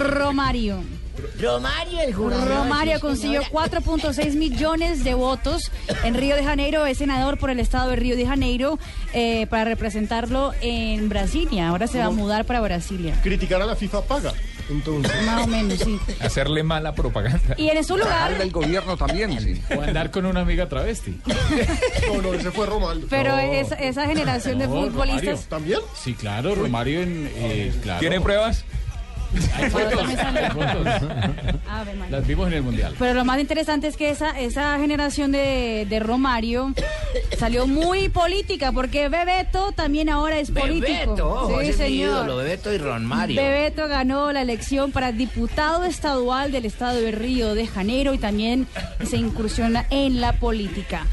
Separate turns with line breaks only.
Romario.
Romario, el jugador.
Romario
sí,
consiguió
señora.
4.6 millones de votos en Río de Janeiro. Es senador por el estado de Río de Janeiro eh, para representarlo en Brasilia. Ahora se va a mudar para Brasilia.
Criticar a la FIFA paga. Entonces,
Más o menos, sí.
Hacerle mala propaganda.
Y en su lugar,
Habla el gobierno también, sí.
O andar con una amiga travesti.
no, no, ese fue Romaldo.
pero esa, esa generación de
No,
futbolistas.
¿También?
Sí, claro, Romario en. eh, claro.
¿Tiene pruebas?
Hay fotos, hay fotos.
Ave María.
Las vimos en el mundial.
Ah, Pero lo más interesante es que esa, esa generación de, de Romario salió muy política, porque Bebeto también ahora es político.
Bebeto, ojo,
sí,
ese es mi
señor.
ídolo, Bebeto y Romario.
Bebeto ganó la elección para diputado estadual del estado de Río de Janeiro y también se incursiona en la política.